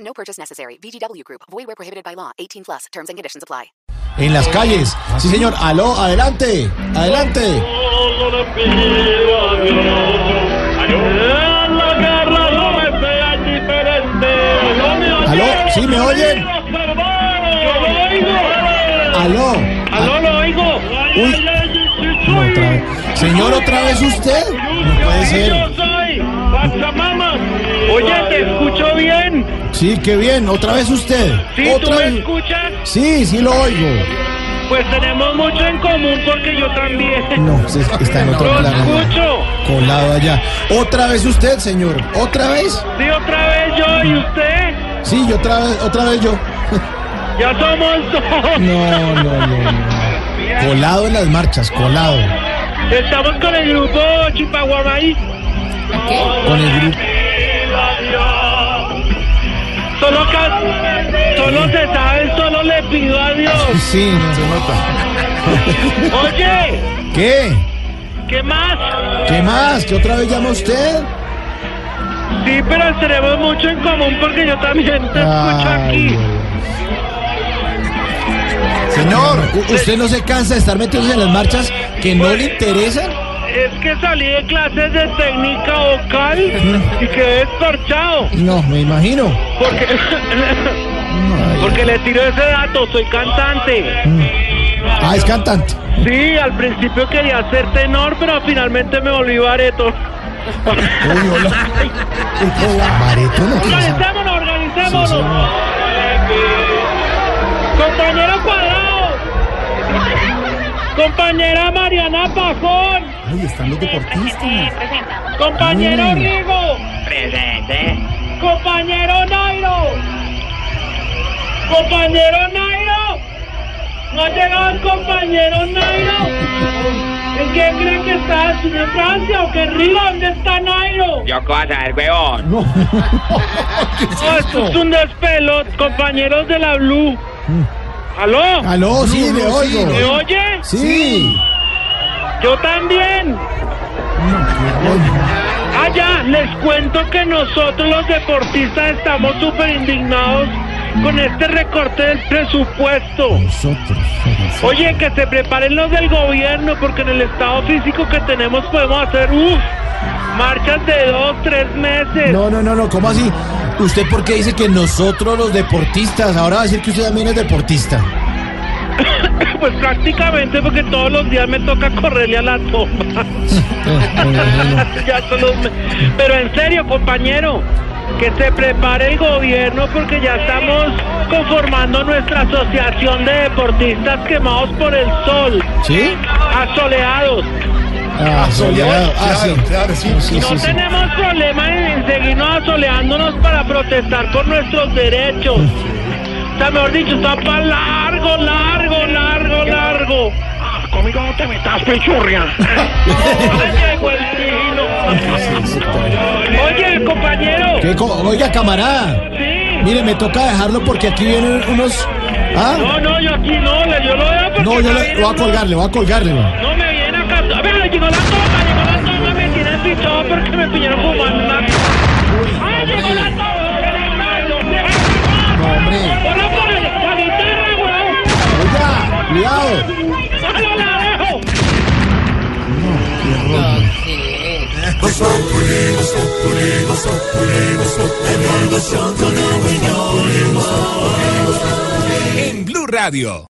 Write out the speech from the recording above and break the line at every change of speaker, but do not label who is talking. No purchase necessary. VGW Group. Void where prohibited by law. 18 plus. Terms and conditions apply.
En las calles. Sí, señor. Aló, adelante. Adelante.
Solo le pido a Dios en la guerra no me sea indiferente. No me oyen.
Aló, ¿sí me oyen?
Yo lo oigo.
Aló.
Aló, lo oigo.
Uy. No, otra vez. Señor, otra vez usted. No puede
Yo
ser.
soy Pachamama. Oye, te escucho bien.
Sí, qué bien. Otra vez usted.
Si tú
otra
me
vez.
escuchas,
Sí, sí lo oigo.
pues tenemos mucho en común porque yo también.
No, se- está en otro
Lo
plano.
escucho.
Colado allá. Otra vez usted, señor. Otra vez.
Sí, otra vez yo y usted.
Sí, y otra vez, otra vez yo.
Ya somos dos.
No, no, no. no. Colado en las marchas, colado.
Estamos con el grupo Chipaguamaí.
Con el grupo.
Solo, ca- solo se sabe, solo le pido a Dios.
Sí, no se nota.
Oye,
¿Qué?
¿qué más?
¿Qué más? ¿Qué otra vez llama usted?
Sí, pero tenemos mucho en común porque yo también te escucho
Ay,
aquí.
Dios. Señor, ¿u- ¿usted no se cansa de estar metiéndose en las marchas que no le interesan?
Es que salí de clases de técnica vocal y quedé desparchado.
No, me imagino.
Porque, porque le tiro ese dato, soy cantante.
Ah, es cantante.
Sí, al principio quería ser tenor, pero finalmente me volví bareto.
Uy, hola. Bareto no pasa.
Organizémonos, organizémonos.
Sí, señor.
Compañero Cuadrado. Compañera Mariana Pajón.
Ay, están los deportistas.
Compañero
Ay.
Rigo. Presente. Compañero Nairo. Compañero Nairo. No ha llegado el compañero Nairo. ¿En qué creen que está? ¿En Francia o qué Rigo? ¿Dónde está Nairo?
Yo cosa el huevón.
No.
Oh, esto
pues
es un despelot, compañeros de la Blue. ¿Aló?
Aló, sí, le
¿Me
oigo.
oye?
Sí.
Yo también. Ah, ya, les cuento que nosotros los deportistas estamos súper indignados con este recorte del presupuesto.
Nosotros.
Oye, que se preparen los del gobierno, porque en el estado físico que tenemos podemos hacer, uff, marchas de dos, tres meses.
No, no, no, no, ¿cómo así? ¿Usted por qué dice que nosotros los deportistas? Ahora va a decir que usted también es deportista.
Pues prácticamente porque todos los días me toca correrle a la sombra. Ya solo me- Pero en serio, compañero, que se prepare el gobierno porque ya estamos conformando nuestra asociación de deportistas quemados por el sol,
¿Sí?
asoleados.
Ah, soleado. Ah, sí. Sí,
No
sí, sí.
tenemos problema en, en seguirnos asoleándonos para protestar por nuestros derechos. O sea, mejor dicho, está para largo, largo, largo, largo. Ah, Conmigo no te metas, pechurria. Oye, compañero.
¿Qué co- Oiga, camarada.
Sí.
Mire, me toca dejarlo porque aquí vienen unos. ¿Ah?
No, no, yo aquí no, le- yo lo veo porque...
No, yo
me
le
viene-
voy a colgarle, voy a colgarle. güey.
No, me viene acá... A ver, le llegó la toma, llegó la toma, me tienen pichado porque me pillaron fumando una... ¡Ay, llegó la toma! ¡Fernando, deja de fumar!
No, hombre.
¡Hola, por el- la guitarra, güey!
Oiga, cuidado.
¡No la dejo!
en Blue Radio.